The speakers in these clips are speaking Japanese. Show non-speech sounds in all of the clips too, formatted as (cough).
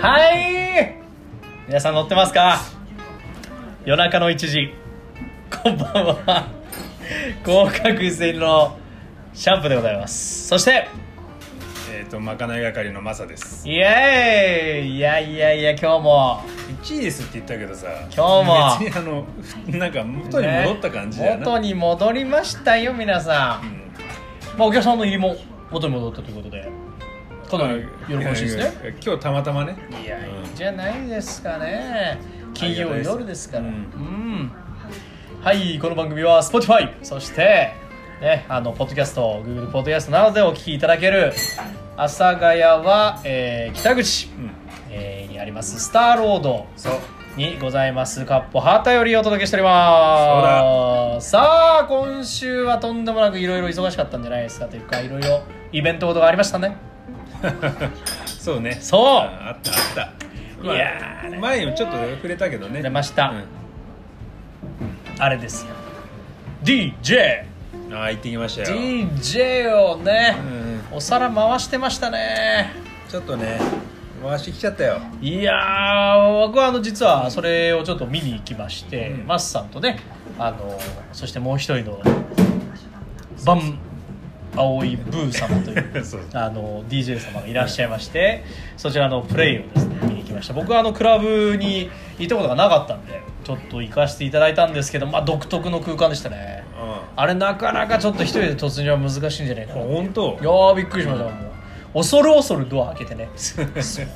はい皆さん乗ってますか夜中の1時こんばんは合格戦のシャンプーでございますそしてえっ、とまかない係のマサですイエーイいやいやいや今日も1位ですって言ったけどさ今日も別にあのふなんか元に戻った感じだねな、元に戻りましたよ皆さん、まあ、お客さんの入りも元に戻ったということでうかなり喜ばしいですねね今日たまたまねいや、いうんいんじゃないですかね。金曜夜ですから。ううんんはい、この番組は Spotify、そして、ね、あの、ポッドキャスト、Google ポッドキャストなどでお聞きいただける、阿佐ヶ谷は、えー北口、うんえーにあります、スターロードそうにございます、カッポハータよりお届けしております。さあ、今週はとんでもなくいろいろ忙しかったんじゃないですかというか、いろいろイベントごとがありましたね。そうねそうああったあった、いやーね前にもちょっと触れたけどね触れましたあれですよ。DJ! うん、ああ行ってきましたよ、 DJ をねう、ん、お皿回してましたねちょっとね回してきちゃったよいやー僕はあの実はそれをちょっと見に行きまして、うんマスさんとねあのそしてもう一人のバン青いブー様と (laughs) いそううあの DJ 様がいらっしゃいましてそちらのプレイをですね見に行きました僕はあのクラブに行ったことがなかったんでちょっと行かせていただいたんですけどまあ独特の空間でしたねうあれなかなかちょっと一人で突入は難しいんじゃないかなっていう本当いやーびっくりしましたもう恐る恐るドア開けてねそうつって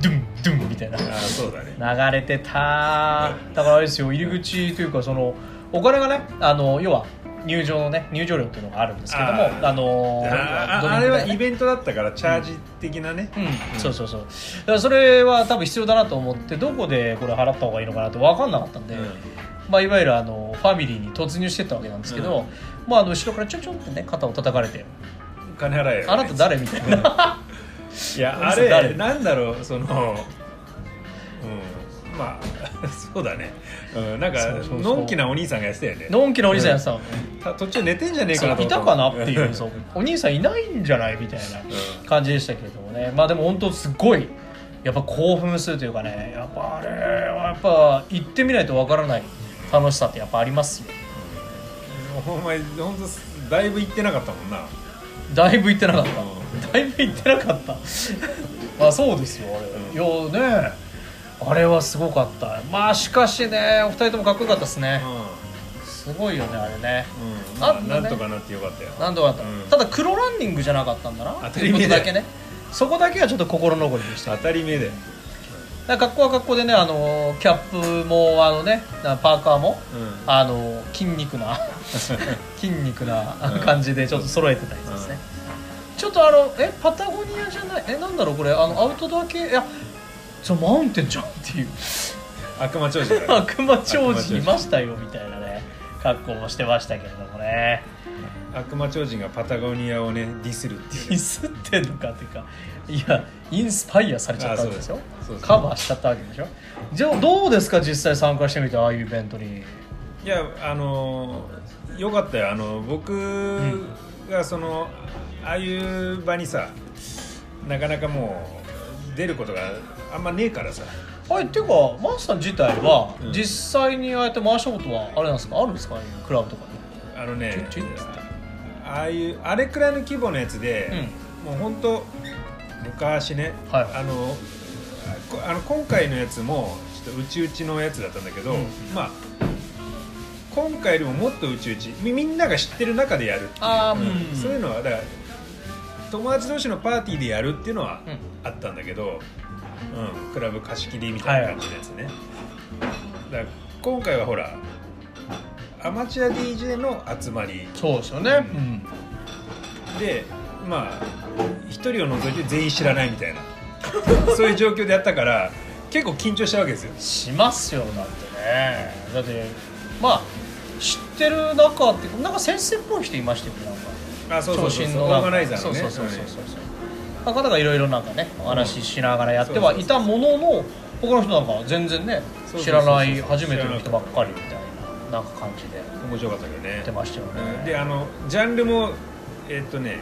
ドゥンドゥンドゥンみたいああそうだねな流れてただからあれですよ入り口というかそのお金がねあの要は入場のね入場料っていうのがあるんですけどもああーのーあドああリれンクは代ねイベントだったからチャージ的なね、うん、そうそうそうだからそれは多分必要だなと思ってどこでこれ払った方がいいのかなって分かんなかったんで、うんまあ、いわゆるあのファミリーに突入してったわけなんですけど、まあ、あの後ろからちょんちょんってね肩を叩かれて金払えよ「あなた誰?」みたいないやあ嘘誰れなんだろうそのうんまあ (laughs) そうだね、うん、なんかそうそうそのうんきなお兄さんがやってたよねのんきなお兄さんやってたのねた途中寝てんじゃねえかなそうとい思ったもんかなっていうそううお兄さんいないんじゃないみたいな感じでしたけれどもねまあでも本当すごいやっぱ興奮するというかねやっぱあれはやっぱ行ってみないとわからない楽しさってやっぱありますよんお前ほんとだいぶ行ってなかったもんなだいぶ行ってなかっうただいぶ行ってなかった (laughs) まあそうですよあれ、いやねあれはすごかったまあしかしねお二人ともかっこよかったですね、うすごいよねあれん、ねうんあまとあ、ねなんとかなってよかったよなんとかあった、うんただ黒ランニングじゃなかったんだな当たといりうこ前とだだよけねそこだけはちょっと心残りでした当たり目で、だから格好は格好でねあのーキャップもあのねなパーカーもうんあのー筋肉 (laughs) な筋肉なうん感じでちょっと揃えてたりですね、ちょっとあのえパタゴニアじゃないえなんだろうこれあのアウトドア系いやじゃマウンテンじゃんって (laughs) いう悪魔長者だ (laughs) よ悪魔長人いましたよみたいなね格好もしてましたけれどもね悪魔超人がパタゴニアをねディスるっていうディスってんのかっていうかいやインスパイアされちゃったんですよあそうですそうですカバーしちゃったわけでしょじゃあどうですか実際参加してみてああいうイベントにいやあのーよかったよあの僕がそのああいう場にさなかなかもう出ることがあんまねえからさはいっていうかマースさん自体は、うん実際にああやって回したことはあれなんですかあるんですかああいうクラブとかにあのねちょいちょいっつってああいうあれくらいの規模のやつで、もうほんと昔ね、はいあのこあの今回のやつもちょっとうちうちのやつだったんだけど、うんまあ今回よりももっとうちうちみみんなが知ってる中でやるっていうあーうんうんそういうのはだから友達同士のパーティーでやるっていうのはあったんだけど、うん、クラブ貸し切りみたいな感じのやつね、だから今回はほらアマチュア DJ の集まりそうですよね、うんでまあ一人を除いて全員知らないみた (laughs) いなそういう状況でやったから結構緊張したわけですよしますよだってねだってまあ知ってる中ってなんか先生っぽい人いましたよねなんかあそうそうそうそ長身うのオなんかーガナイザーのねそうそうそうそうそうまあ方がいろいろなんかねお話ししながらやってはうんいたものの他の人なんかは全然ねそうそう知そうそうらない初めての人ばっかりみたいななんか感じでやうん面白かったけどねってましたようんねであのジャンルもえっとね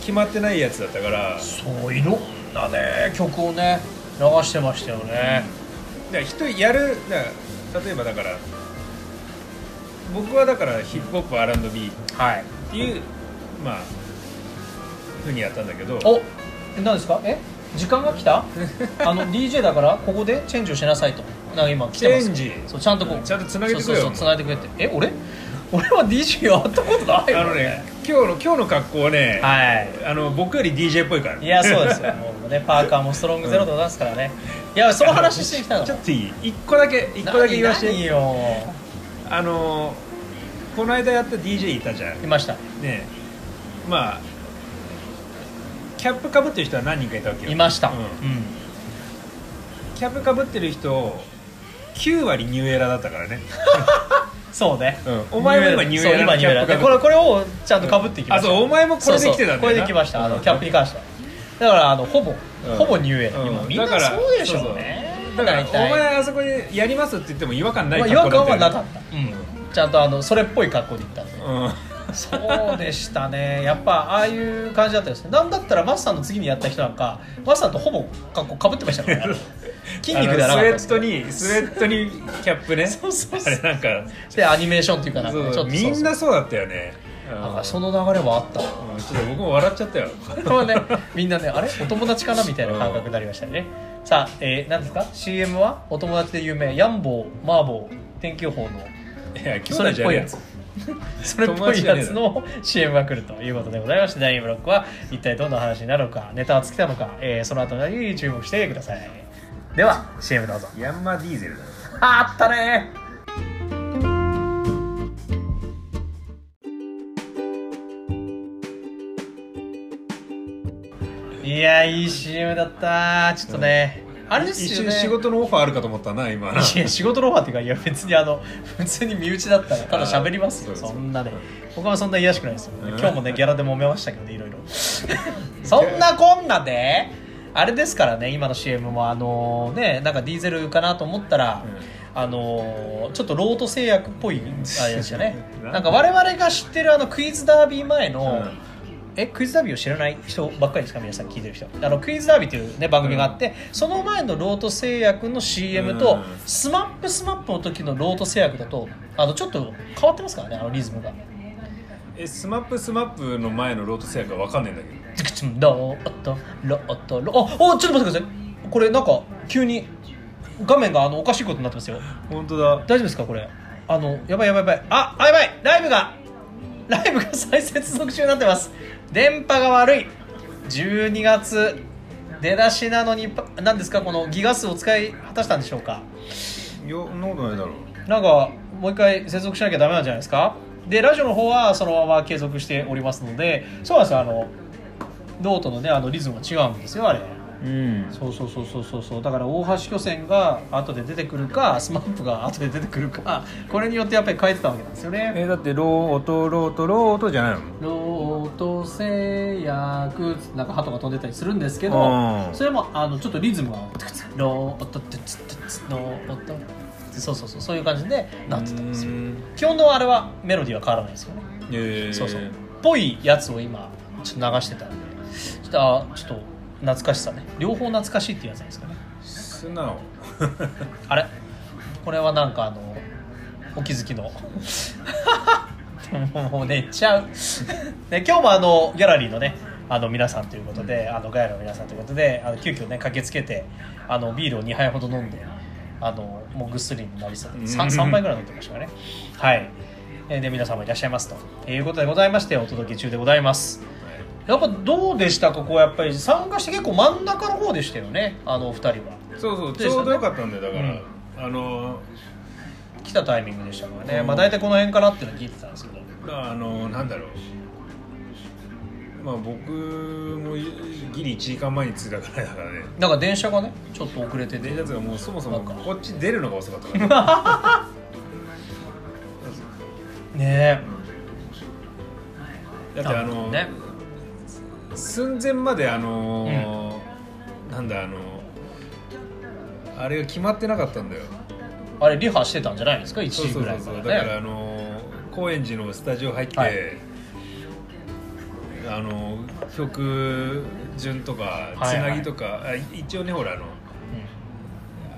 決まってないやつだったからそういろんなね曲をね流してましたよね、だから人やるだから例えばだから僕はだからヒップホップ R&B っはいていうまあふうにやったんだけどおえ何ですかえ時間が来 (laughs) たあの DJ だからここでチェンジをしなさいとなんか今来てますチェンジそうちゃんとこうちゃんと繋げてくれよそうそうそう繋いでくれってえ俺俺は DJ やったことないもんあのね今日の今日の格好はね、はいあの僕より DJ っぽいからいやそ (laughs) うですよもうねパーカーもストロングゼロでございますからね、いやその話してきたのちょっといい一個だけ一個だけ言わせ何てよあのこの間やった DJ いたじゃんいましたねまあキャップかぶってる人は何人かいたわけよいました、ううんんキャップかぶってる人9割ニューエラだったからね、そうね、お前も今ニューエラそう今のニキューャッエラプかでぶこれこれをちゃんとかぶっていきました、あそうお前もこれできてたんだよなそうそうこれできましたあうのんキャップに関してはだからあのほぼ、うんほぼニューエラ、うん今みんだかならそうでしょうねだから大お体前あそこでやりますって言っても違和感ないまあ、格違和好感はだなよかった、うん、ちゃんとあのそれっぽい格好で行ったんでうんそうでしたねやっぱああいう感じだったですねなんだったらマスさんの次にやった人なんかマスさんとほぼ格好かぶってました (laughs) からね筋肉ではなかあったのでスすウェけどットにスウェットにキャップねそうそうあそうれなんかでアニメーションっていうかなんかそねうちょっとみんなそうそうだったよねそうなんかそのの流れはあったわちょっと僕も笑っちゃったよこれはねみんなねあれお友達かなみたいな感覚になりましたねさあ、えー、何ですか CM はお友達で有名ヤンボーマーボー天気予報のいや兄そ弟れっじゃぽねいえやつそれっぽいやつの CM が来るということでございまして第2ブロックは一体どんな話になるのかネタは尽きたのか、えーその後に注目してくださいでは CM どうぞヤンマーディーゼルだよあったねいやいい CM だったちょっとね、あれです一よね瞬仕事のオファーあるかと思ったな今ないや仕事のオファーっていうかいや別にあの普通に身内だったらただ喋りますよあーそんなね僕はそんな癒やしくないですようん今日もねギャラで揉めましたけどねいろいろそんなこんなであれですからね今の CM もあのねなんかディーゼルかなと思ったら、あのちょっとロート製薬っぽいあれでしたね (laughs) なんか我々が知ってるあのクイズダービー前の、うんえクイズダービーを知らない人ばっかりですか皆さん聞いてる人あのクイズダービーという、ね、番組があって、その前のロート製薬の CM と、うんスマップスマップの時のロート製薬だとあのちょっと変わってますからねあのリズムが。えスマップスマップの前のロート制約がわかんないんだけどロートロートロあおちょっと待ってくださいこれなんか急に画面があのおかしいことになってますよ本当だ大丈夫ですかこれあのやばいやばいやばいああやばいライブがライブが再接続中になってます電波が悪い12月出だしなのにパ何ですかこのギガ数を使い果たしたんでしょうかよそんなことないだろうなんかもう一回接続しなきゃダメなんじゃないですかでラジオの方はそのまま継続しておりますのでそうなんですよあのノートのねあのリズムが違うんですよあれうんそうそうそうそうそうそうだから大橋巨船が後で出てくるかスマップが後で出てくるかこれによってやっぱり変えてたわけなんですよねえだってロー音ロートロー音じゃないのロート製薬つってなんか鳩が飛んでたりするんですけどうんそれもあのちょっとリズムがロートツツツツロートそうそうそうそういう感じでなってたんですよ基本のあれはメロディーは変わらないですよねえー、そうそうぽいやつを今ちょっと流してたんでちょっとあちょっと懐かしさね両方懐かしいっていうやつなんですかね素直あれこれはなんかあのお気づきの (laughs) もう寝ちゃう、 (laughs) ね、今日もあのギャラリーのねあの皆さんということであのガヤラの皆さんということであの急遽ね駆けつけてあのビールを2杯ほど飲んであのもうぐっすりになりそうで 3, 3杯ぐらい飲んでましたからねはいえーで皆さんもいらっしゃいますということでございましてお届け中でございますやっぱどうでしたかこうやっぱり参加して結構真ん中の方でしたよねあのお二人はそうそうでちすよねょうどよかったんだよだから、うんあの来たタイミングでしたからね、うんまあ、大体この辺かなっていうのは聞いてたんですけどあのなんだろうまあ僕もギリ1時間前に着いたからだからねなんか電車がねちょっと遅れてて電車がもうそもそもなんかこっち出るのが遅かったからねえだってあの、ね寸前まであのなんだあのあれが決まってなかったんだよあれリハしてたんじゃないですか1そう時そうぐそらいうかそらうだねからあの高円寺のスタジオ入って、はいああの曲順とかつなぎとか、あ一応ねほらあの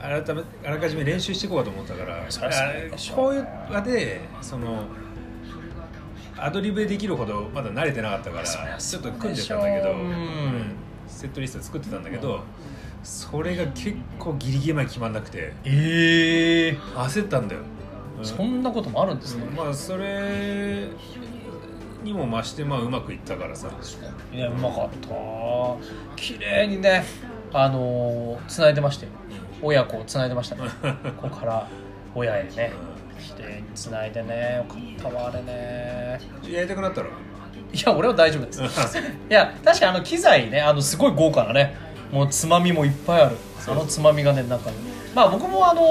改めあらかじめ練習していこうかと思ったからそりゃそうだあ醤油でそのアドリブでできるほどまだ慣れてなかったからそりゃちそょっうとでしょ組んでたんだけど、うんうんセットリスト作ってたんだけど、それが結構ギリギリまで決まんなくてええ焦ったんだよ、うんそんなこともあるんですね、まあそれにも増してまあうまくいったからさいやうまかった綺麗にねあのー、繋いでましたよ親子を繋いで (laughs) ましたねここから親へね綺麗に繋いでねよかったわあれねやりたくなったろ (laughs) いや俺は大丈 (laughs) 夫ですいや確かにあの機材ねあのすごい豪華なねもうつまみもいっぱいあるそあうのつまみがねなんかねまあ僕もあの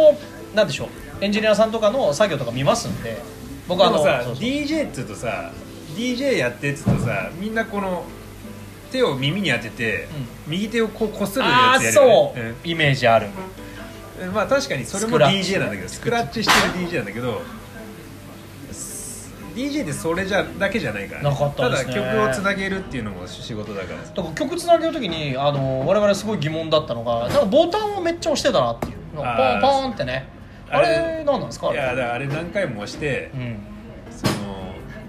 なんでしょうエンジニアさんとかの作業とか見ますんで僕あでのもさそうそう DJ っつうとさ DJ やってっつうとさみんなこの手を耳に当てて、右手をこうこするあやあつーやるそよう、ねイメージあるうんまあ確かにそれスクもラッチ DJ なんだけどスクラッチしてる DJ なんだけどす DJ ってそれじゃだけじゃないから、なかったですねただ曲をつなげるっていうのも仕事だからさだから曲つなげる時にあの我々すごい疑問だったのがなんかボタンをめっちゃ押してたなっていうポンあーポンってねああれれ何なんですかあいれやだからあれ何回も押して、うんその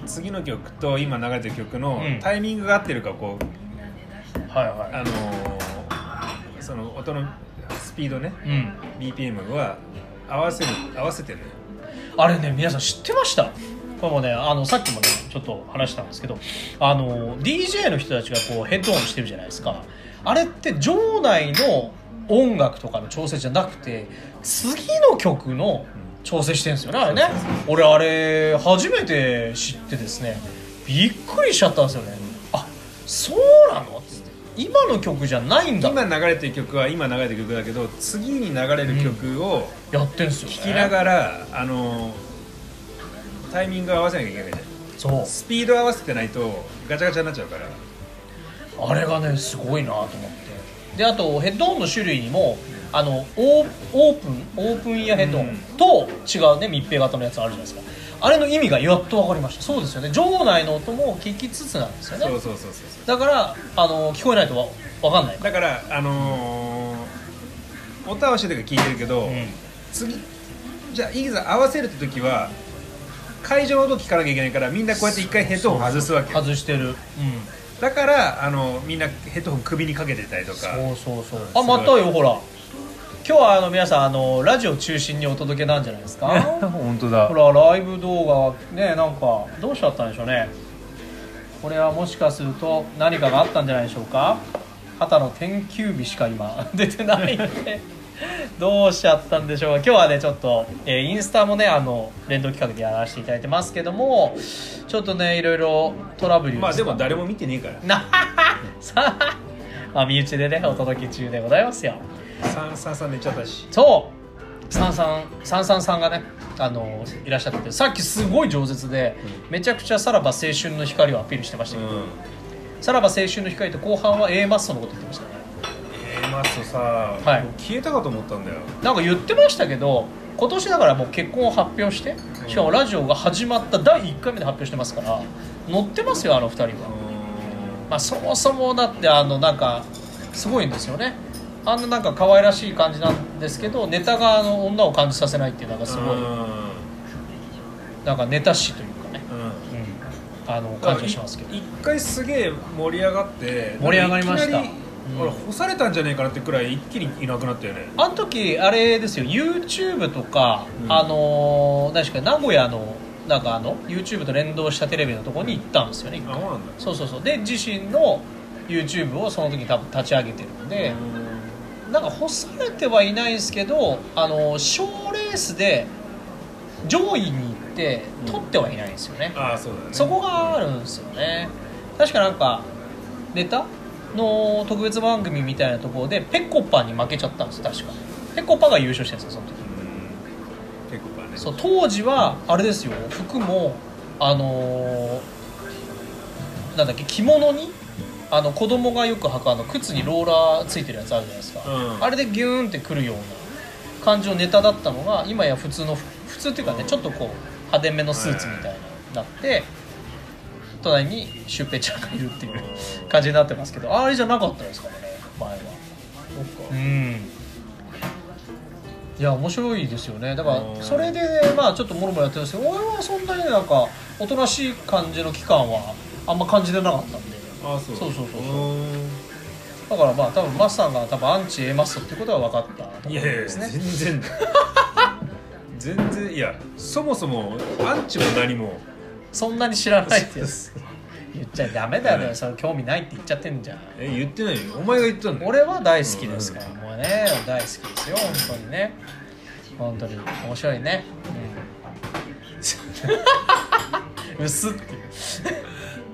次の曲と今流れてる曲のうんタイミングが合ってるかこう、はいはあのーその音のスピードねい、うん、 BPM は合わせる合わせてるのよあれね皆さん知ってましたこれもねあのさっきもねちょっと話したんですけどあの DJ の人たちがこうヘッドホンしてるじゃないですかあれって場内の音楽とかの調整じゃなくて次の曲の調整してるんですよねあれねそうそう俺あれ初めて知ってですねびっくりしちゃったんですよねあそうなのっつって今の曲じゃないんだ今流れてる曲は今流れてる曲だけど次に流れる曲をやってんすよね聴きながら、あのータイミング合わせなきゃいけないじゃんそうスピード合わせてないとガチャガチャになっちゃうからあれがねすごいなと思ってであとヘッドホンの種類にもあのオーオープンオープンイヤーヘッドホンと違うね密閉型のやつあるじゃないですかあれの意味がやっと分かりましたそうですよね場内の音も聞きつつなんですよそうねそうそうそうそだからあの聞こえないとわ分かんないうだからあのー音合わせとか聞いてるけど、うん次じゃあいざ合わせるって時は会場の音聞かなきゃいけないからみんなこうやって一回ヘッドホン外すわけよ外してるうんだからあのみんなヘッドホン首にかけてたりとかそうそうそうすあごいまたよほら今日はあの皆さんあのラジオ中心にお届けなんじゃないです (laughs) か本当だほらライブ動画ねなんかどうしちゃったんでしょうねこれはもしかすると何かがあったんじゃないでしょうか肩の天休日しか今 (laughs) 出てないんでどうしちゃったんでしょうか今日はねちょっと、えーインスタもねあの連動企画でやらせていただいてますけどもちょっとねいろいろトラブルま (laughs) あでも誰も見てねえからなさあ、まあ、身内でねお届け中でございますよ三三三寝ちゃったしそうさんさんさんさんさんがねあのいらっしゃっててさっきすごい饒舌で、めちゃくちゃさらば青春の光をアピールしてましたうけど、んさらば青春の光と後半は A マッソのこと言ってましたね A マストさ、いもう消えたかと思ったんだよなんか言ってましたけど今年だからもう結婚を発表してしかもラジオが始まった第1回目で発表してますから乗ってますよあの2人は、まあ、そもそもだってあのなんかすごいんですよねあんななんか可愛らしい感じなんですけどネタがあの女を感じさせないっていうなんかすごいうんなんかネタ師というかね、うんあの感じがしますけど一回すげえ盛り上がって盛り上がりましたなんかいきなりうん俺干されたんじゃねえかなってくらい一気にいなくなったよねあの時あれですよ YouTube とか、うんあのー何でしたっけ名古屋のなんかあの YouTube と連動したテレビのところに行ったんですよねあそうなんだそうそうそうで自身の YouTube をその時に多分立ち上げてるので、なんか干されてはいないですけどあの賞レースで上位に行って取ってはいないんですよね、ああそうだねそこがあるんですよね確かなんかネタの特別番組みたいなところでペコパに負けちゃったんです確かペコパが優勝してるんですよその時うん結構だねそう当時はあれですよ服もあのーなんだっけ着物にあの子供がよく履くあの靴にローラーついてるやつあるじゃないですか、うんあれでギューンってくるような感じのネタだったのが今や普通の服普通っていうかねちょっとこう派手めのスーツみたいなのになって隣にシュウペイちゃんがいるっていう感じになってますけどあれじゃなかったですからね前はそっかうんいや面白いですよねだかうらんそれでまあちょっともろもろやってるんですけど俺はそんなになんかおとなしい感じの期間はあんま感じてなかったんであそうそうそうそうそううだからまあ多分マスさんが多分アンチ A マストってことは分かったとんいや思うんいやいやですね全 (laughs) 然全然いやそもそもアンチも何もそんなに知らないってやつ言っちゃダメだよ、はいその興味ないって言っちゃってんじゃんえ言ってないよお前が言ったんだよ俺は大好きですから、もうね大好きですよ本当にね本当に面白いね、うん、 (laughs) 薄っていう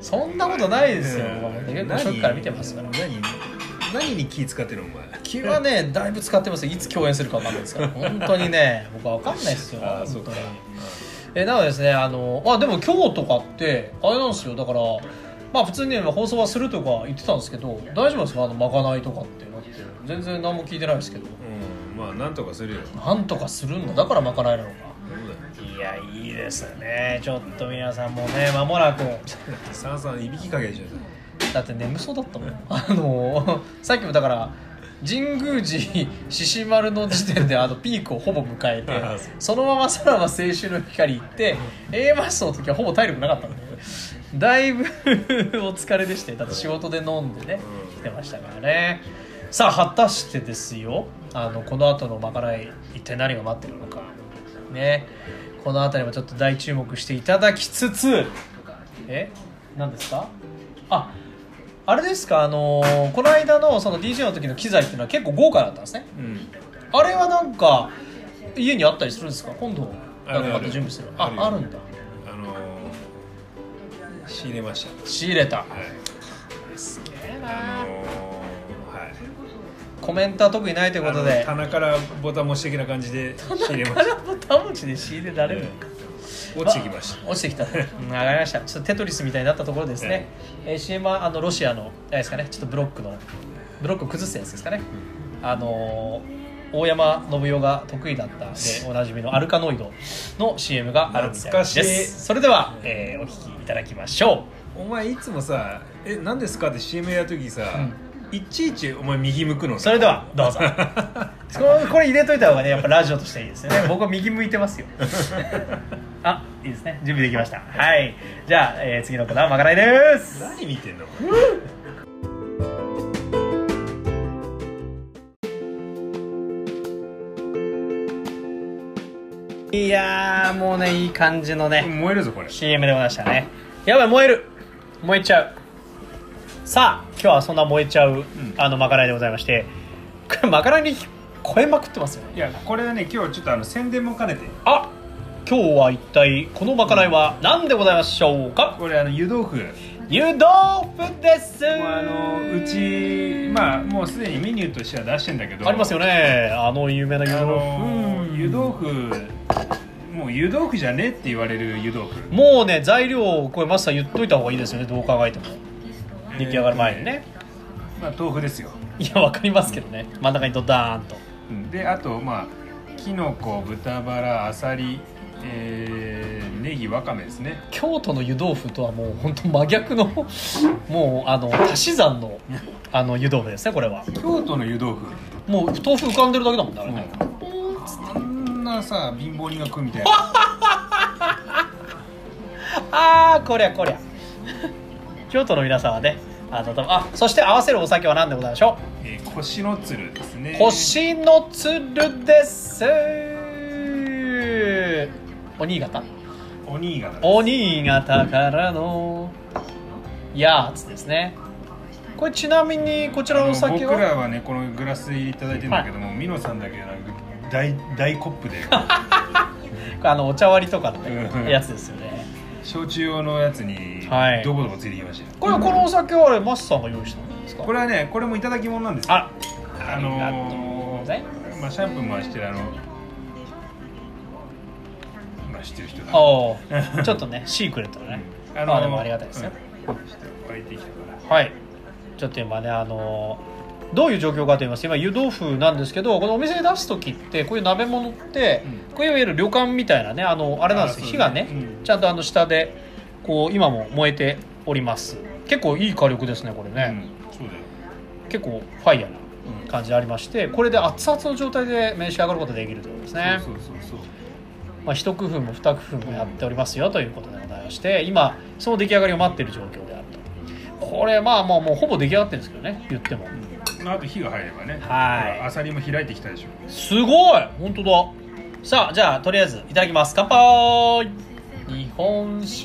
そんなことないですよ、結構初期から見てますから何何に気使ってるのお前気はねだいぶ使ってますよいつ共演するか分かんないで (laughs) すから本当にね僕は分かんないですよああそ本う当かにえなのでですねあのまあでも今日とかってあれなんですよだからまあ普通に放送はするとか言ってたんですけど大丈夫ですかあのまかないとかってなって全然何も聞いてないですけどうんまあなんとかするよなんとかするんだだからまかないなのかそういやいいですねちょっと皆さんもね間もなくだよさんさんいびきかけでしょだって眠そうだったもんあのさっきもだから神宮寺獅子丸の時点であのピークをほぼ迎えああてそうそのままさらば青春の光行って A マッソの時はほぼ体力なかったんでだいぶお疲れでしてだって仕事で飲んでねうん来てましたからねさあ果たしてですよあのこの後のまかない一体何が待ってるのかねこの辺りもちょっと大注目していただきつつえ何ですかああれですかあのーこの間のその DJ の時の機材っていうのは結構豪華だったんですねうんあれはなんか家にあったりするんですか今度あるあなるんかまた準備するああるよあるんだあのー仕入れまし仕入れたたはいすげえあのなーはいコメントは特にないということであの棚からボタン押し的な感じで仕入れまかしらボタン持ちで仕入れたられるのえかえ落ちてきました落ち (laughs) てきたねうん上がりましたちょっとテトリスみたいになったところですね、えー CM はあのロシアのあれですかねちょっとブロックのブロックを崩すやつですかね、あのー大山信代が得意だ (laughs) ったでおなじみのアルカノイドの CM があるみたいで懐かしいすそれでは、えーお聞きいただきましょお前いつもさ「え何ですか?」って CM やる時さ、ういちいちお前右向くのうそれではどうぞこれ (laughs) これ入れといた方がねやっぱラジオとしていいですよ (laughs) ね僕は右向いてますよあいいですね準備できましたはいじゃあ、えー次の方はまかないです何見てんのいやーもうねいい感じのね、燃えるぞこれ CM でございましたねやばい燃える燃えちゃうさあ今日はそんな燃えちゃう、あのまかないでございましてこれまかないに超えまくってますよねいやこれはね今日ちょっとあの宣伝も兼ねてあ今日は一体このまかないは何でございましょうかこれあの湯豆腐も湯豆腐ですうあのうちまあもうすでにメニューとしては出してんだけどありますよねあの有名な湯あの豆腐、湯豆腐もう湯豆腐じゃねって言われる湯豆腐もうね材料をこれマスター言っといた方がいいですよねどう考えても出来上がる前にね、まあ豆腐ですよいやわかりますけどね真ん中にドダーンとであとまあきのこ豚バラあさりえーネギわかめですね京都の湯豆腐とはもう本当真逆のもうあの足し算のあの湯豆腐ですねこれは京都の湯豆腐もう豆腐浮かんでるだけだもんねあれね、あんなさ貧乏人が食うみたいなああこりゃこりゃ (laughs) 京都の皆さんはねあの多分あそして合わせるお酒は何でございましょえー、腰のつるですうね星のつるですお新潟お新潟お新潟からのやーつですねこれちなみにこちらのあおの酒僕はらはねこのグラス入れていただいてるんだけども、ミノさんだけなんか大大コッ (laughs) プであのお茶割りとかのねうんやつですよね焼酎用のやつにはいどこどこついてきましたよ、これこのお酒はあれマスさんが用意したんですかこれはねこれもいただき物なんですよああのありがとうございままあ、シャンプー回してるあの、まあ、知ってる人だおーちょっとねシークレットのねあまあでもありがたいですよ、うんちょっと湧いてきたからはいちょっと今ねあのーどういう状況かと言いますと今湯豆腐なんですけどこのお店で出す時ってこういう鍋物って、うこういういわゆる旅館みたいなねあのあれなんですよあー火がねそうねうんちゃんとあの下でこう今も燃えております結構いい火力ですねこれね、そうだよ結構ファイヤーな感じありましてこれで熱々の状態で召し上がることができるということですねそうそうそうそうまあ、一工夫も二工夫もやっておりますよということでございまして今その出来上がりを待っている状況であるとこれまあまあもうほぼ出来上がってるんですけどね言ってもまああと火が入ればねはいあさりも開いてきたでしょすごい本当ださあじゃあとりあえずいただきます乾杯日本酒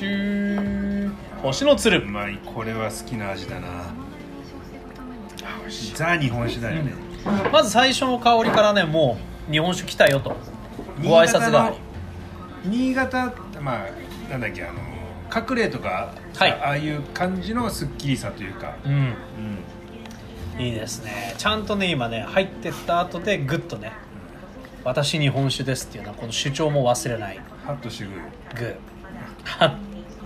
星のう鶴まいこれは好きな味だなあ美味しいザ日本酒だよねまず最初の香りからねもう日本酒来たよとご挨拶があり新潟ってまあなんだっけあの隠れとか、はいあああいう感じのすっきりさというか、うんうん、いいですねちゃんとね今ね入ってった後でグッとね「私日本酒です」っていうのはこの主張も忘れないハッとしてくる、グーハ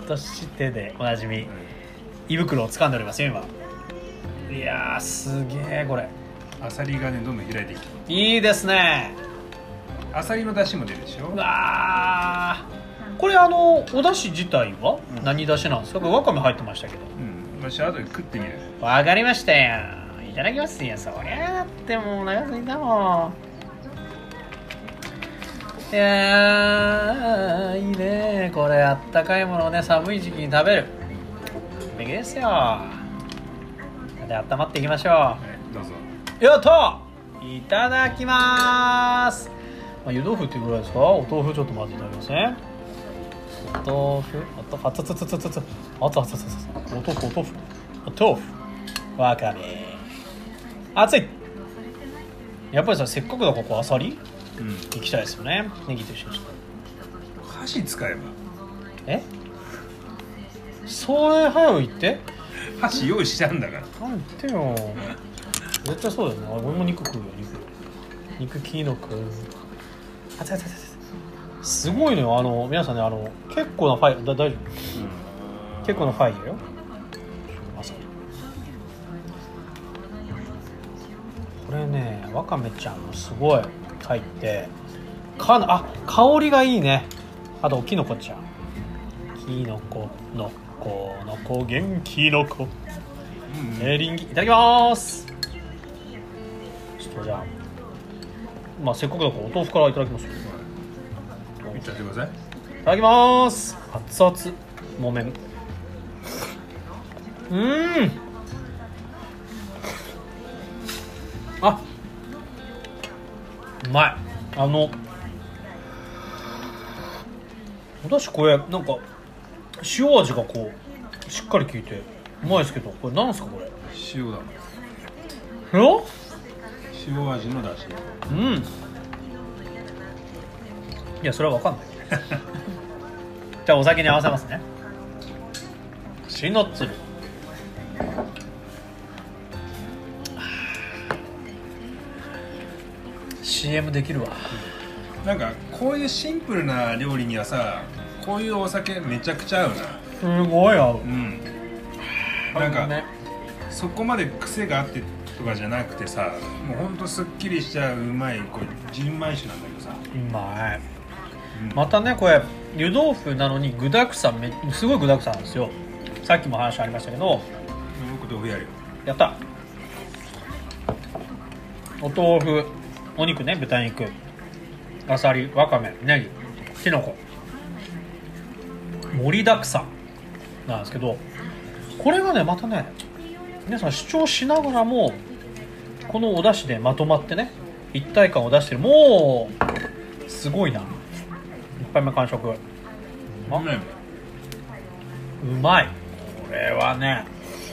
ッとしてでおなじみ胃袋を掴んでおりますよ今いやーすげえこれあさりがねどんどん開いてきていいですねあさりの出汁も出るでしょうわーこれあのお出汁自体はうん何出汁なんですかこれわかめ入ってましたけどうん私後で食ってみるわかりましたよいただきますよそりゃだってもうお腹すいたもんいやーいいねこれあったかいものをね寒い時期に食べるべきですよで温まっていきましょはいどうぞうやったいただきます、まあ、湯豆腐っていうぐらいですかお豆腐ちょっと混ぜていただきますねお豆腐おとあつつつつつつあつあつつつつお豆腐お豆腐お豆腐わかめ熱いやっぱりさせっかくだからここあさりうんいきたいですよねネギと一緒にして箸使えばえそれ早い言って箸用意してあるんだからなんてよ絶対そうだよね俺も肉食うよ肉肉キーの食うあつあつあつあつすごいのよあの皆さんねあの結構なファイだ大丈夫結構なファイルよこれねわかめちゃんもすごい入ってかなあ香りがいいねあときのこちゃんきのこのこのこ元気のこうんエリンギいただきますちょっとじゃあまあせっかくだからお豆腐からいただきますよいっちゃってくださいいただきます熱々木綿うーんあうまいあの私これなんか塩味がこうしっかり効いてうまいですけどこれなんですかこれ塩だもんえ塩味の出汁うんいやそれはわかんない (laughs) じゃあお酒に合わせますねシノツルあー CM できるわなんかこういうシンプルな料理にはさこういうお酒めちゃくちゃ合うなすごい合ううんなんか、そこまで癖があってとかじゃなくてさもうほんとすっきりしちゃううまいこう純米酒なんだけどさ、うまいうんまたねこれ湯豆腐なのに具だくさんめすごい具だくさんなんですよさっきも話ありましたけど僕豆腐やるよやったお豆腐お肉ね豚肉あさりわかめネギきのこ盛りだくさんなんですけどこれがねまたね皆さん主張しながらもこのお出汁でまとまってね一体感を出してるもうすごいな一杯目完食ううまいもんまいこれはね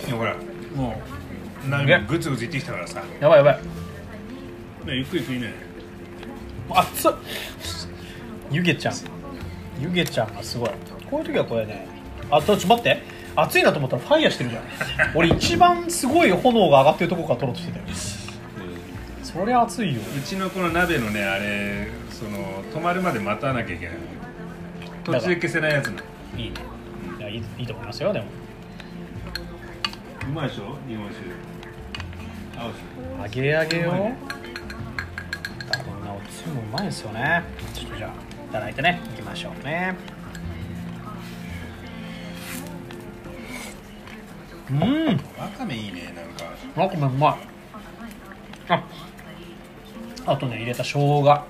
いやほらもう何ねもグツグツいってきたからさ、ね、やばいやばいゆっくり食いね熱っ湯気ちゃん湯気ちゃんがすごいこういう時はこれねあとちょっと待って熱いなと思ったらファイヤーしてるじゃ (laughs) ん俺一番すごい炎が上がってるとこから取ろうとしてたよそりゃ熱いようちのこの鍋のねあれその止まるまで待たなきゃいけない途中で消せないやつなのいいねいやいいいいと思いますよでもうまいでしょ日本酒合うでし揚げ揚げうよまこいんねなおつゆもうまいですよねちょっとじゃあいただいてねいきましょうねうんわかめいいねなんかわかめうまいああとね入れた生姜効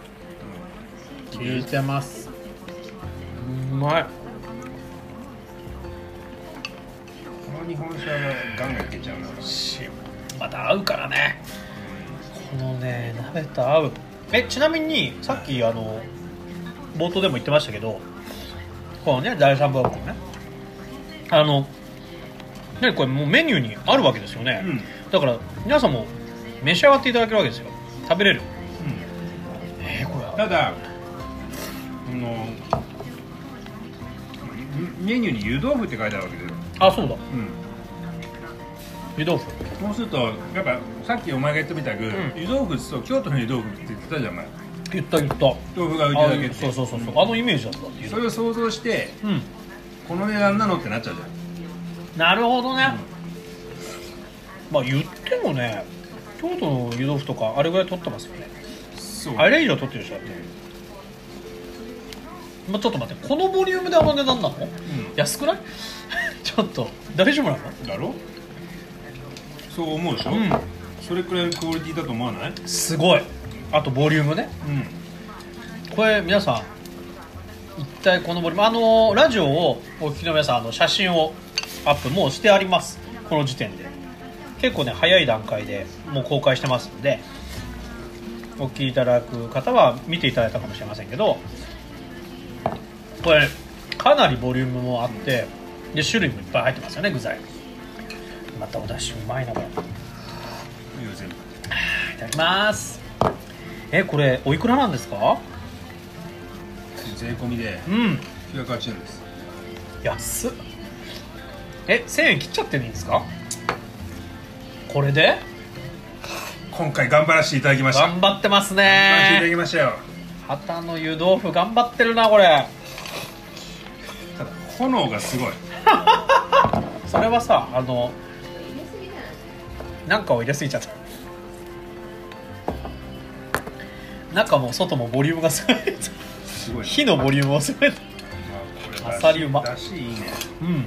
いてますうまいこの日本酒はガンガンいけちゃうなしまた合うからねこのね鍋と合うえちなみにさっきあの冒頭でも言ってましたけどこのね第3ブロックのねあのねこれもうメニューにあるわけですよね、うんだから皆さんも召し上がっていただけるわけですよ食べれるえー、これただあのメニューに湯豆腐って書いてあるわけですよ、あそうだうん湯豆腐そうするとやっぱさっきお前が言ってみたく、ん湯豆腐っつうと京都の湯豆腐って言ってたじゃんお前言った言った豆腐がうちだけっあてそうそうそうそう、んあのイメージだったっていうそれを想像してうんこの値段なのってなっちゃうじゃんなるほどね、まあ言ってもね京都の湯豆腐とかあれぐらい取ってますよねそうあれ以上取ってる人だって、まあ、ちょっと待ってこのボリュームであの値段なの、ん安くない (laughs) ちょっと大丈夫なのだろそう思うでしょ、うんそれくらいのクオリティだと思わないうんすごいあとボリュームねこれ皆さん一体このボリュームあのーラジオをお聞きの皆さんあの写真をアップもうしてありますこの時点で結構ね早い段階でもう公開してますのでお聞きいただく方は見ていただいたかもしれませんけどこれかなりボリュームもあってで種類もいっぱい入ってますよね具材またお出汁うまいなこれいいよ全部いただきますえこれおいくらなんですか税込みでうん980円です安っえ1000円切っちゃってるんですかこれで今回頑張らせていただきました頑頑張ってます張らせていただねきましたよ旗の湯豆腐頑張ってるなこれただ炎がすごいそれはさあのなんかを入れすぎちゃった中も外もボリュームがすごいすごい火のボリュームをすごいまあさりうまだしいいねうん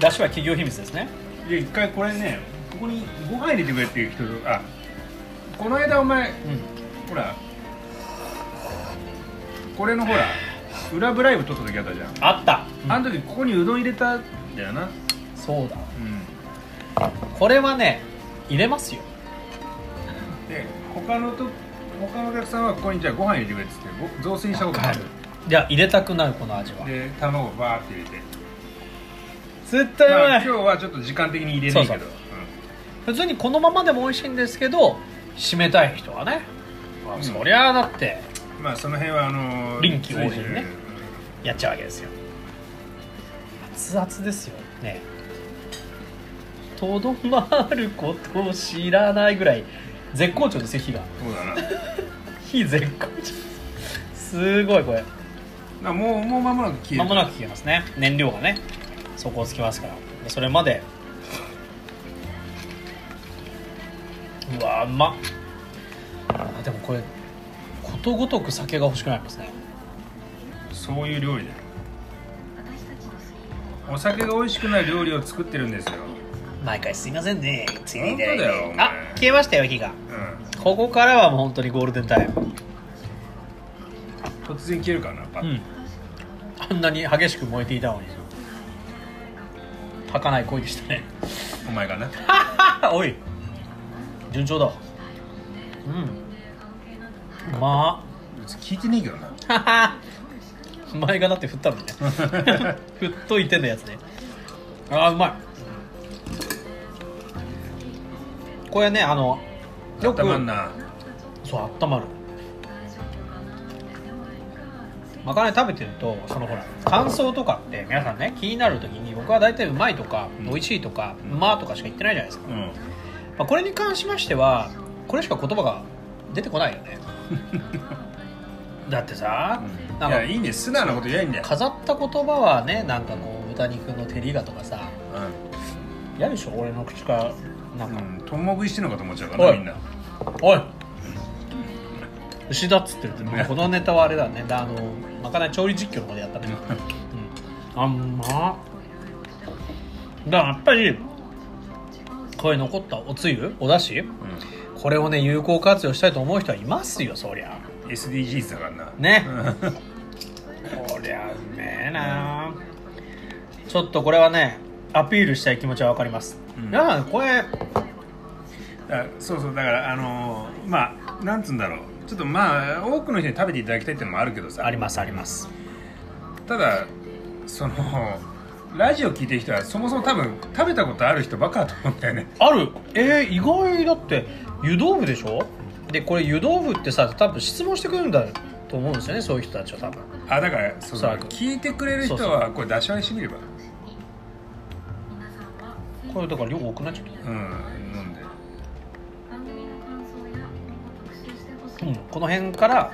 だしは企業秘密ですねで一回これねここにご飯入れてくれっていう人とあこの間お前うんほらこれのほら裏ブライブ撮った時あったじゃん、あった、あの時ここにうどん入れたんだよなそうだうんこれはね入れますよで他のと他のお客さんはここにじゃあご飯入れてくれっつってご雑炊にしたことがあるじゃあ入れたくなるこの味はで卵バーって入れて、絶対うままあ、い今日はちょっと時間的に入れないけどそう普通にこのままでも美味しいんですけど締めたい人はね、んそりゃあだってうんまあその辺はあのー臨機応変ね随時やっちゃうわけですよ熱々ですよねえとどまることを知らないぐらい絶好調ですよ火がうんそうだなだか火絶好調すごいこれらもうもう間もなく消えるまもなく消えますね燃料がね底をつきますからでそれまでうわーうまっあでもこれことごとく酒が欲しくなりますねそういう料理だよお酒が美味しくない料理を作ってるんですよ、毎回すいませんねついていただ本い当だよおて前あ消えましたよ火がうここからはもう本当にゴールデンタイムん、突然消えるからなパッと、うんあんなに激しく燃えていたのに儚い恋でしたねお前がな (laughs) おい順調だわうんうまっ (laughs) 別に聞いてねえけどなはは前がだって振ったのにね (laughs) 振っといてのやつねああうまいこれねあのよくたまんなそうあったまるまかない食べてるとそのほら感想とかって皆さんね気になる時に僕は大体うまいとか、うん美味しいとか、うまーとかしか言ってないじゃないですか、うんまあ、これに関しましてはこれしか言葉が出てこないよ (laughs) ねだってさ、なんいかやいいんだよ素直なこと言えばいいんだよ、飾った言葉はねなんかこう豚肉の照りがとかさ嫌でしょ俺の口からなんうかん、うん、共食いしてんのかと思っちゃうからなおいみんな「おい牛だ」っつってるってもうこのネタはあれだねだあのまかない調理実況の方でやったね、うん、あんまだからやっぱりこういう残ったおつゆおだしこれをね有効活用したいと思う人はいますよそりゃ SDGs だからなねうんこりゃうめえなちょっとこれはねアピールしたい気持ちはわかります、うんいやこれだそうそうだからあのーまあなんつうんだろうちょっとまあ多くの人に食べていただきたいっていうのもあるけどさありますありますただそのラジオ聞いてる人はそもそも多分食べたことある人ばっかだと思うんだよねあるえー、意外だって湯豆腐でしょでこれ湯豆腐ってさ多分質問してくるんだと思うんですよねそういう人たちは多分あだからそうおそそうらく聞いてくれる人そうはこれ出し合いしてみればこれだから量多くなっちゃっうん飲んでた、うん、この辺から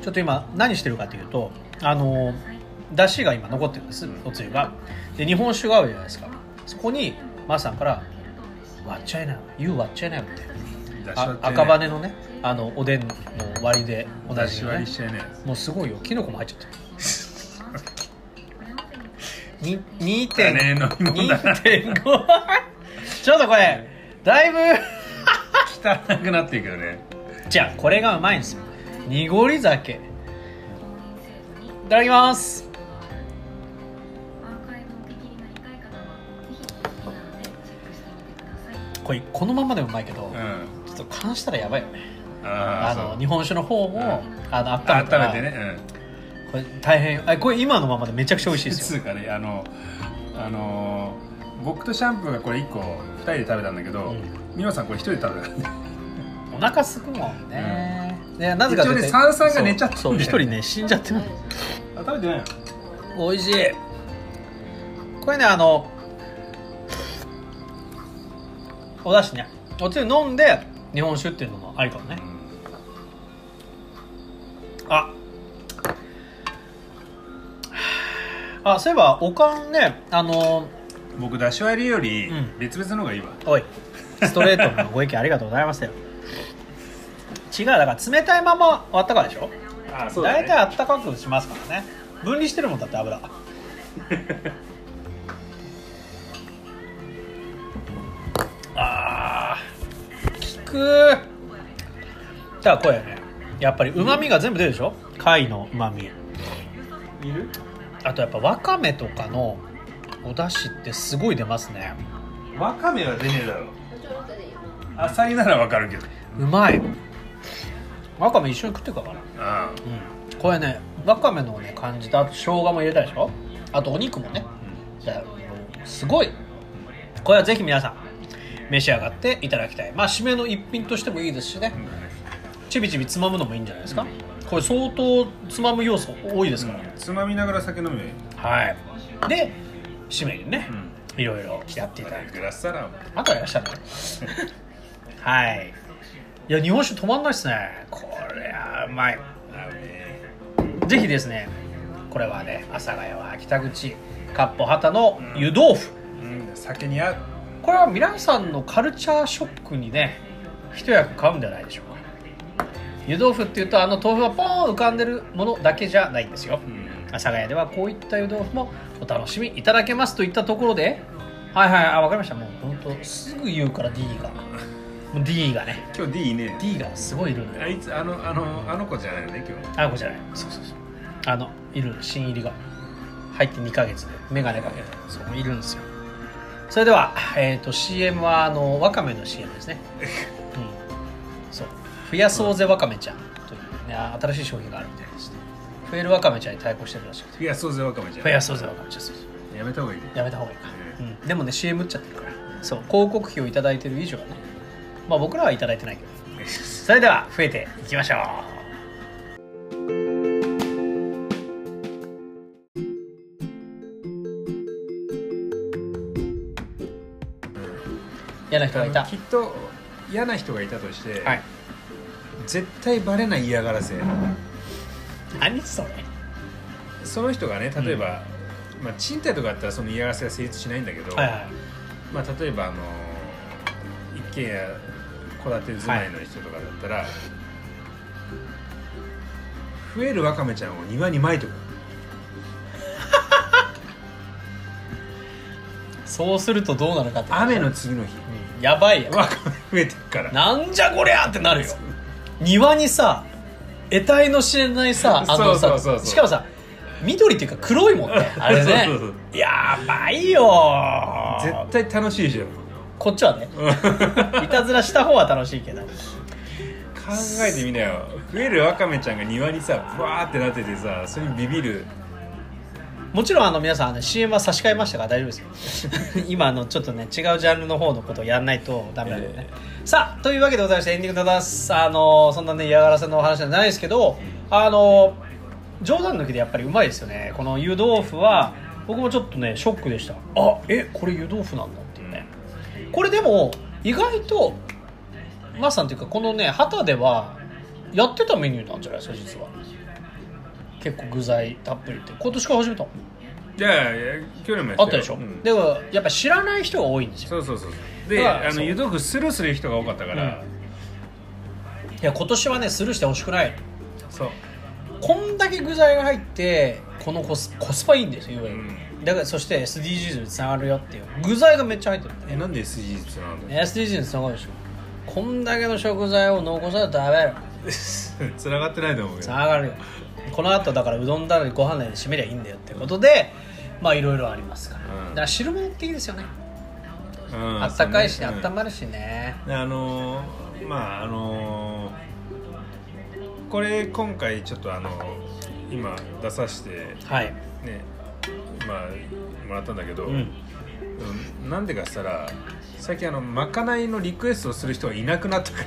ちょっと今何してるかというとあの出汁が今残ってるんですおつゆがで日本酒があるじゃないですかそこにマーさんから「割っちゃいなよ湯割っちゃいなよ」って出しあ割り赤羽のねあのおでんの割りでおな出じしみの割りねしちゃいねもうすごいよキノコも入 (laughs) っちゃってるに2.5ね飲み物だな (laughs) ちょっとこれだいぶ汚くなっていくよねじゃあこれがうまいんですよ濁り酒いただきますこれこのままでもうまいけど、うんちょっと缶したらやばいよねああーの日本酒の方も、うんあのそう温めたら温めてねこれ大変あこれ今のままでめちゃくちゃ美味しいうんですつようかねあのあの僕とシャンプーがこれ1個2人で食べたんだけど、うん美濃さんこれ1人で食べたからねお腹すくもんね、でなぜかというと一応ね三々が寝ちゃってんだよねそうそう一人ね死んじゃってるあ食べてないの美味しいこれねあのおだしねおつゆ飲んで日本酒っていうのもありかもねああそういえばおかんねあの僕出し割りよりうん別々の方がいいわ、おいストレートのご意見ありがとうございましたよ違うだから冷たいままあったかでしょあ大体あったかくしますからね分離してるもんだっ (laughs) て油あー効くだからこれねやっぱりうまみが全部出るでしょ貝のうまみいるあとやっぱわかめとかのお出汁ってすごい出ますねわかめは出ねえだろアサリならわかるけどうまいわかめ一緒に食ってるからなあうんこれねわかめのね感じとあと生姜も入れたでしょあとお肉もねだからもうすごいこれはぜひ皆さん召し上がっていただきたいまあ締めの一品としてもいいですしねあ、うんちびちびつまむのもいいんじゃないですかこれ相当つまむ要素多いですから、つまみながら酒飲むよはいで締めにねん、いろいろやっていただいてグラスサラあんたがいらっしゃるねはいいや日本酒止まんないっすねこれはうまいぜひですねこれはね阿佐ヶ谷は北口かっぽ旗の湯豆腐、うん酒に合うこれは皆さんのカルチャーショックにね一役買うんじゃないでしょうか湯豆腐っていうとあの豆腐がポーン浮かんでるものだけじゃないんですよ阿佐ヶ谷ではこういった湯豆腐もお楽しみいただけますといったところではいはいあ分かりましたもう本当すぐ言うから D がもう D がね今日 D いね D がすごいいるんだあよいつあのあのあの子じゃないよね今あこれじゃないそうそうそうあのいる新入りが入って2ヶ月で眼鏡かけてそういるんですよそれでは、えー、と CM はあのわかめの CM ですね、うん、そう増やそうぜわかめちゃんという、ね、新しい商品があるみたいですね増えるわかめちゃんに対抗してるらしくて日いやそうぜわかめじゃん増やそうぜわかめちゃんそうそうやめた方がいいやめた方がいいか、うん、でもね CM 打っちゃってるからそう広告費をいただいてる以上はねまあ僕らはいただいてないけどそれでは増えていきましょう嫌な人がいあたのきっと嫌な人がいたとして、はい絶対バレない嫌がらせ何それその人がね例えば、まあ、賃貸とかだったらその嫌がらせが成立しないんだけど、はいはいまあ、例えばあの一軒家戸建て住まいの人とかだったら、増えるわかめちゃんを庭にまいとくそうするとどうなるかって雨の次の日うんやばいやんわか増えてるからなんじゃこりゃってなるよ庭にさ得体の知れないさあそうそのさうそうそうしかもさ緑っていうか黒いも (laughs) んねあれねそうそうそうやばいよ絶対楽しいじゃんこっ (laughs) ちはねいたずらした方は楽しいけど考えてみなよ増えるワカメちゃんが庭にさブワーってなっててさそれにビビるもちろんあの皆さんあの CM は差し替えましたから大丈夫ですよ (laughs) 今あのちょっとね違うジャンルの方のことをやんないとダメなんでね、さあというわけでございましてエンディングでございますあのそんなね嫌がらせのお話じゃないですけどあの冗談抜きでやっぱりうまいですよねこの湯豆腐は僕もちょっとねショックでしたあえこれ湯豆腐なんだっていうねこれでも意外とマスさんというかこのね旗ではやってたメニューなんじゃないですか実は結構具材たっぷりって今年から始めたのじゃあ去年もやあよったでしょ、うんでもやっぱ知らない人が多いんですよそうそうそうそうだでからあそのう湯豆腐スルーする人が多かったから、いや今年はねスルーしてほしくないそうこんだけ具材が入ってこのコスコスパいいんですよいわゆる、うんだからそして SDGs につながるよっていう具材がめっちゃ入ってるんだえねなんで SG つなんだ SDGs につながるでしょこんだけの食材を残さないとダメよ (laughs) つながってないと思うけつどながるよこの後だからうどんだりご飯なりで締めりゃいいんだよってことでまあいろいろありますから、うんだから汁物っていいですよね、うんあったかいし、そうあねったまるしねであのーまああのーこれ今回ちょっとあの今出させてはい、ねまあもらったんだけど、うん、うんなんでかしたら最近あのまかないのリクエストをする人がいなくなったから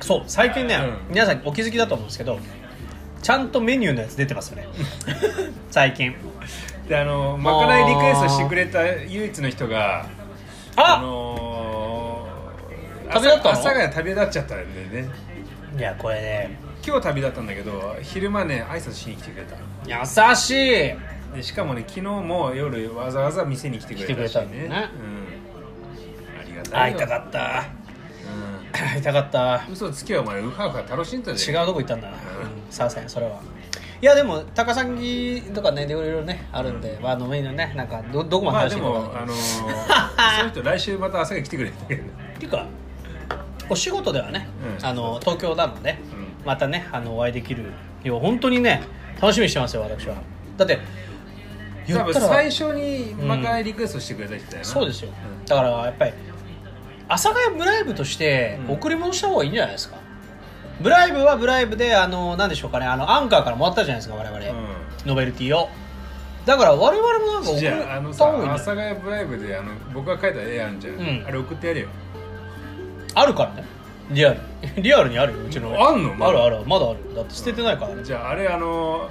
(laughs) そう最近ね、うん皆さんお気づきだと思うんですけどちゃんとメニューのやつ出てます (laughs) よね最近であのまかないリクエストしてくれた唯一の人があのー旅立ったの朝朝が旅立っちゃったんでねいやこれね今日旅立ったんだけど昼間ね挨拶しに来てくれた優しいでしかもね昨日も夜わざわざ店に来てくれたし来てくれたんだよねうん、ありがたい会いよたかった (clears throat) 会いたかったうん、嘘つけよお前ウハウハ楽しんだ違うとこ行ったんだな、うん、さあせんそれはいやでも高崎とかねいろいろねあるんで、まああのメニューねなんかどどこままあでで話していいのかわかんないけど、もあの (laughs) ー、その人来週また朝が来てくれるんだけどっていうかお仕事ではね、うんあの東京なので、またねあのお会いできるよう本当にね楽しみにしてますよ私はだって言多っ分たら最初にまかないリクエストしてくれた人だよな、そうですよ、だからやっぱり阿佐ヶ谷ブライブとしてうん贈り物した方がいいんじゃないですか、ブライブはブライブであの何でしょうかねあのアンカーからもらったじゃないですか我々、うノベルティをだから我々もなんかん、送じゃああのっさた阿方がいいん佐じゃないヶ谷ブライブであの僕が描いた絵あるんじゃん、うんあれ送ってやれよあるからねリアルリアルにあるようちの親あんのまだあるあるまだあるだって捨ててないからねじゃああれあの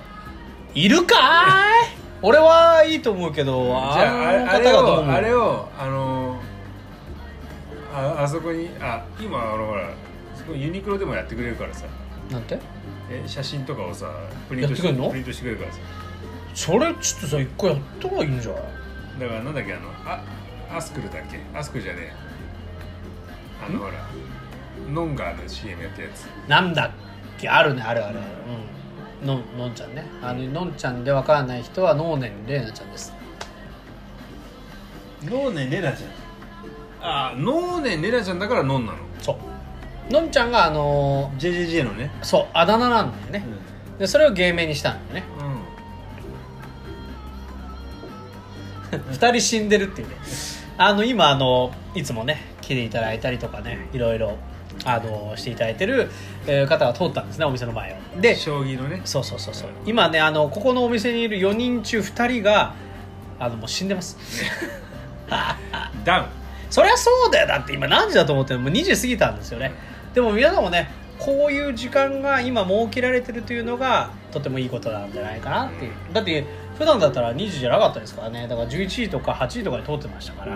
いるかーい俺はいいと思うけどじゃあああれのあ方れがどうを思あれうをあのああそこにあ今あのほらそこユニクロでもやってくれるからさなんてえ写真とかをさプリントしてやってくれんのプリントしてくれるからさそれちょっとさ一個やった方がいいんじゃないだからなんだっけあのあアスクルだっけアスクルじゃねえやあのほらノンガーの CM やったやつなんだっけあるねあるある、うん、ののんちゃんねあののんちゃんでわからない人は能年玲奈ちゃんですノーネレナちゃんあノーネレナちゃんだからノンなのそうのんちゃんがあの JJJ のねーそうあだ名なんだよね、でそれを芸名にしたんだよね (laughs) 二人死んでるっていうねあの今あのいつもね来ていただいたりとかねいろいろあのしていただいてるえー方が通ったんですねお店の前をうでん将棋のねそうそうそうそう今ねあのここのお店にいる4人中2人があのもう死んでますダそりゃそうだよだって今何時だと思ってるもう2時過ぎたんですよねでも皆さんもねこういう時間が今設けられてるというのがとてもいいことなんじゃないかなっていうだって普段だったら2時じゃなかったですからねだから11時とか8時とかに通ってましたから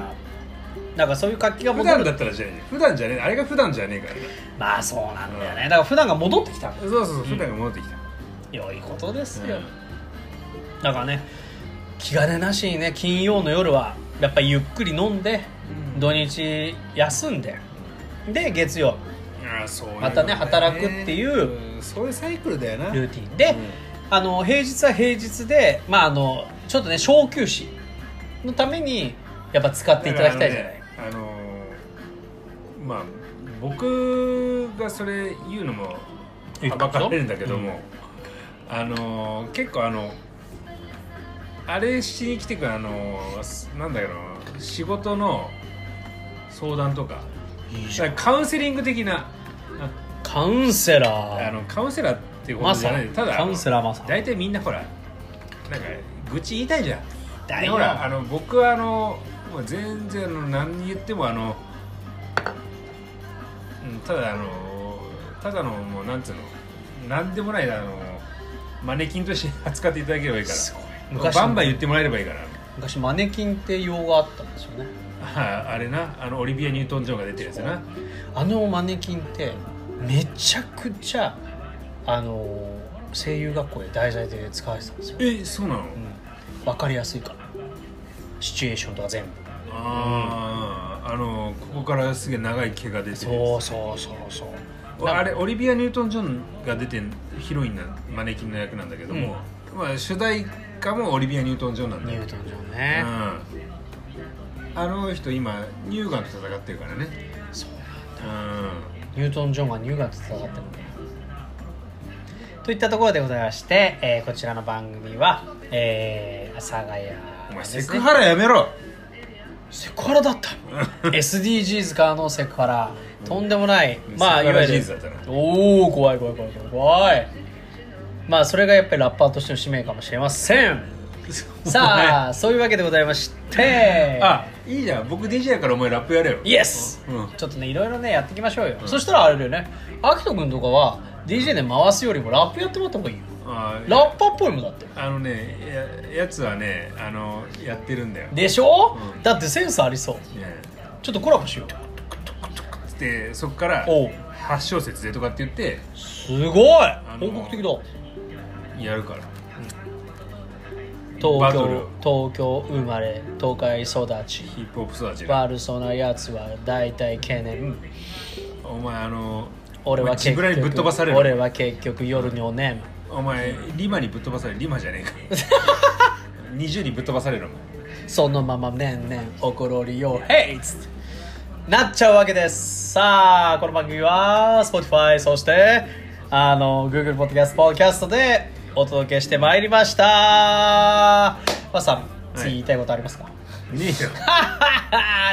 なんかそういう活気がウン普戻段だっるたらじゃねえ普段じゃねえあれが普段じゃねえからねまあそうなんだよねだから普段が戻ってきたそうそうそう普段が戻ってきた、良いことですうんよ、だからね気兼ねなしにね金曜の夜はやっぱりゆっくり飲んでうん土日休んでで月曜ああそういうのまたね働くっていううんそういうサイクルだよなルーティンで、あの平日は平日でまああのちょっとね小休止のためにやっぱ使っていただきたいじゃない、あの,、あのーまあ僕がそれ言うのもいいはばかれるんだけども、あのー結構あのあれしに来てくるあのーすなんだろうな仕事の相談とかいいじゃだんからカウンセリング的なカウンセラーあのカウンセラーっていうこマとじサゃないただカウンセラーマサ大体みんなほらなんか愚痴言いたいじゃんだでよほらあの僕はあのもう全然あの何言ってもあの、うん、ただあのただのもうなんつうの何でもないあのマネキンとして扱っていただければいいかすごいらバンバン言っってもらえればいいから昔マネキンって用語あったんですよねああれなあのオリビア・ニュートン・ジョンが出てるやつなあのマネキンってめちゃくちゃあの声優学校で題材で使われてたんですよ、えそうなの、うん、分かりやすいからシチュエーションとか全部あああのここからすげえ長い毛が出てるそうそうそうそうあれオリビア・ニュートン・ジョンが出てるヒロインなマネキンの役なんだけども、まあ、主題歌もオリビア・ニュートン・ジョンなんだニよュー、トン・ジョンね、うん、あの人今乳がんと戦ってるからね、そううニュートン・ジョンが乳がんと戦ってるんだよといったところでございまして、えーこちらの番組は、えー、阿佐ヶ谷ん、お前ですねセクハラやめろセクハラだった SDGs からのセクハラとんでもない、うんまあセクハいわラゆる人生だったおお怖い怖い怖い怖い怖いまあそれがやっぱりラッパーとしての使命かもしれません (laughs) さあそういうわけでございましてあいいじゃん僕 DJ やからお前ラップやれよイエス、うんちょっとねいろいろねやっていきましょうよ、そしたらあれだよねアキト君とかは DJ で回すよりもラップやってもらった方がいいよあーラッパーっぽいもんだってあのねややつはねあのやってるんだよ、ねでしょ、うんだってセンスありそうちょっとコラボしようでそこからおう8小節でとかって言ってすごいの本格的だやるからバ東トル京東京生まれ東海育ちヒップホップ育ちが悪そうなやつは大体懸念お前あの俺はジ結ブラに局ぶっ飛ばされ俺るは結局夜におねお前リマにぶっ飛ばされるリ (laughs) マじゃねえか20にぶっ飛ばされるもんんそのままねんねんおころりよへいっつってなっちゃうわけですさあこの番組は Spotify そしてあの Google Podcast ポッドキャストでお届けしてまいりましたマスさんい次言いたいことありますか、 (laughs) ねえよ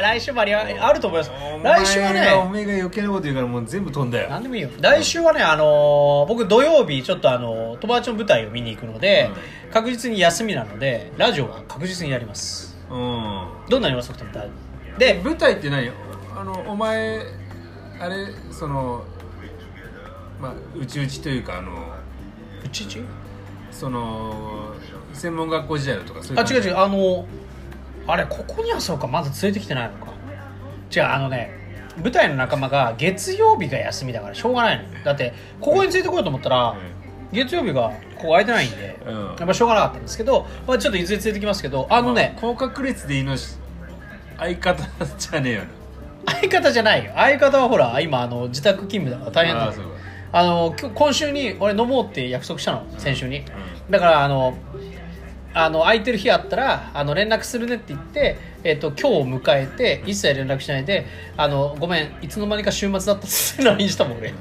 来週もありあると思いますお前が来週おはね前が余計なこと言うからもう全部飛んだよ何でもいいよ来週はね、あのー僕土曜日ちょっと、あのー友達の舞台を見に行くので、確実に休みなのでラジオは確実にやりますうんどんなに遅くても大丈夫で舞台って何あのお前あれそのまあうちうちというかあのうちうちその専門学校時代のとかそういあう感じ違う違うあのーあれここにはそうかまだ連れてきてないのか違うあのね舞台の仲間が月曜日が休みだからしょうがないのだってここに連れてこようと思ったら月曜日がここ空いてないんで、うんやっぱしょうがなかったんですけど、まあ、ちょっといずれ連れてきますけどあのね、まあ高確率でいいのし相方じゃねえよな相方じゃないよ相方はほら今あの自宅勤務だから大変だああーそうかの今日今週に俺飲もうって約束したの先週に、だからあのあの空いてる日あったらあの連絡するねって言って、えっと今日を迎えて一切連絡しないであのごめんいつの間にか週末だったっつって (laughs) LINE したもん俺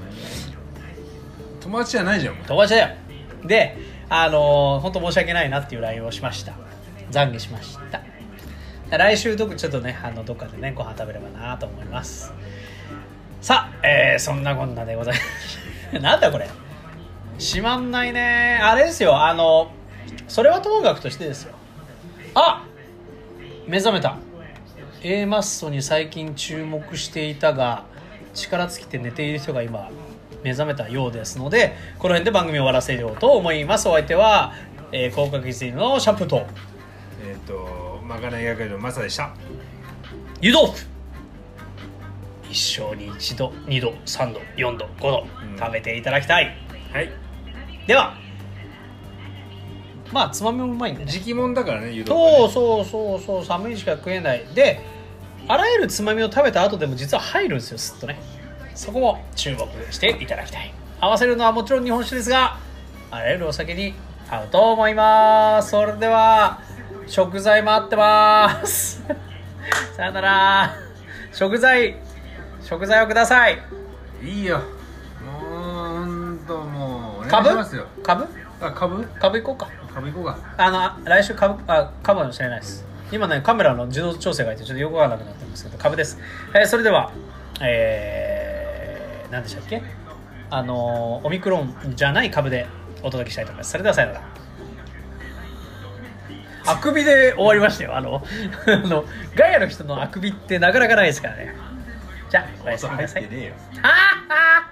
友達じゃないじゃんお前友達だよであの本当申し訳ないなっていう LINE をしました懺悔しました来週どこちょっとねあのどっかでねご飯食べればなと思いますさあ、えーそんなこんなでございます (laughs) なんだこれしまんないねあれですよあのそれはともかくとしてですよあ目覚めた A マッソに最近注目していたが力尽きて寝ている人が今目覚めたようですのでこの辺で番組を終わらせようと思いますお相手は、えー、広角技術のシャンプーとえっ、とまかない係のマサでした湯豆腐一生に一度二度三度四度五度うん食べていただきたい、はいではまあつまみもうまいんでね時期もんだからね湯そう豆腐そうそうそう寒いしか食えないであらゆるつまみを食べた後でも実は入るんですよすっとねそこも注目していただきたい合わせるのはもちろん日本酒ですがあらゆるお酒に合うと思いますそれでは食材待ってます (laughs) さよなら食材食材をくださいいいよもうほんともうお願い株しますよ株あ株株行こうか株行こうかあのあ来週株あ株かもしれないです今ねカメラの自動調整が入ってちょっとよくわからなくなってますけど株です、えーそれではえー、何でしたっけあのーオミクロンじゃない株でお届けしたいと思いますそれではさよならあくびで終わりましたよあの (laughs) あのガイアの人のあくびってなかなかないですからねじゃあおやすみなさいねえよあーあー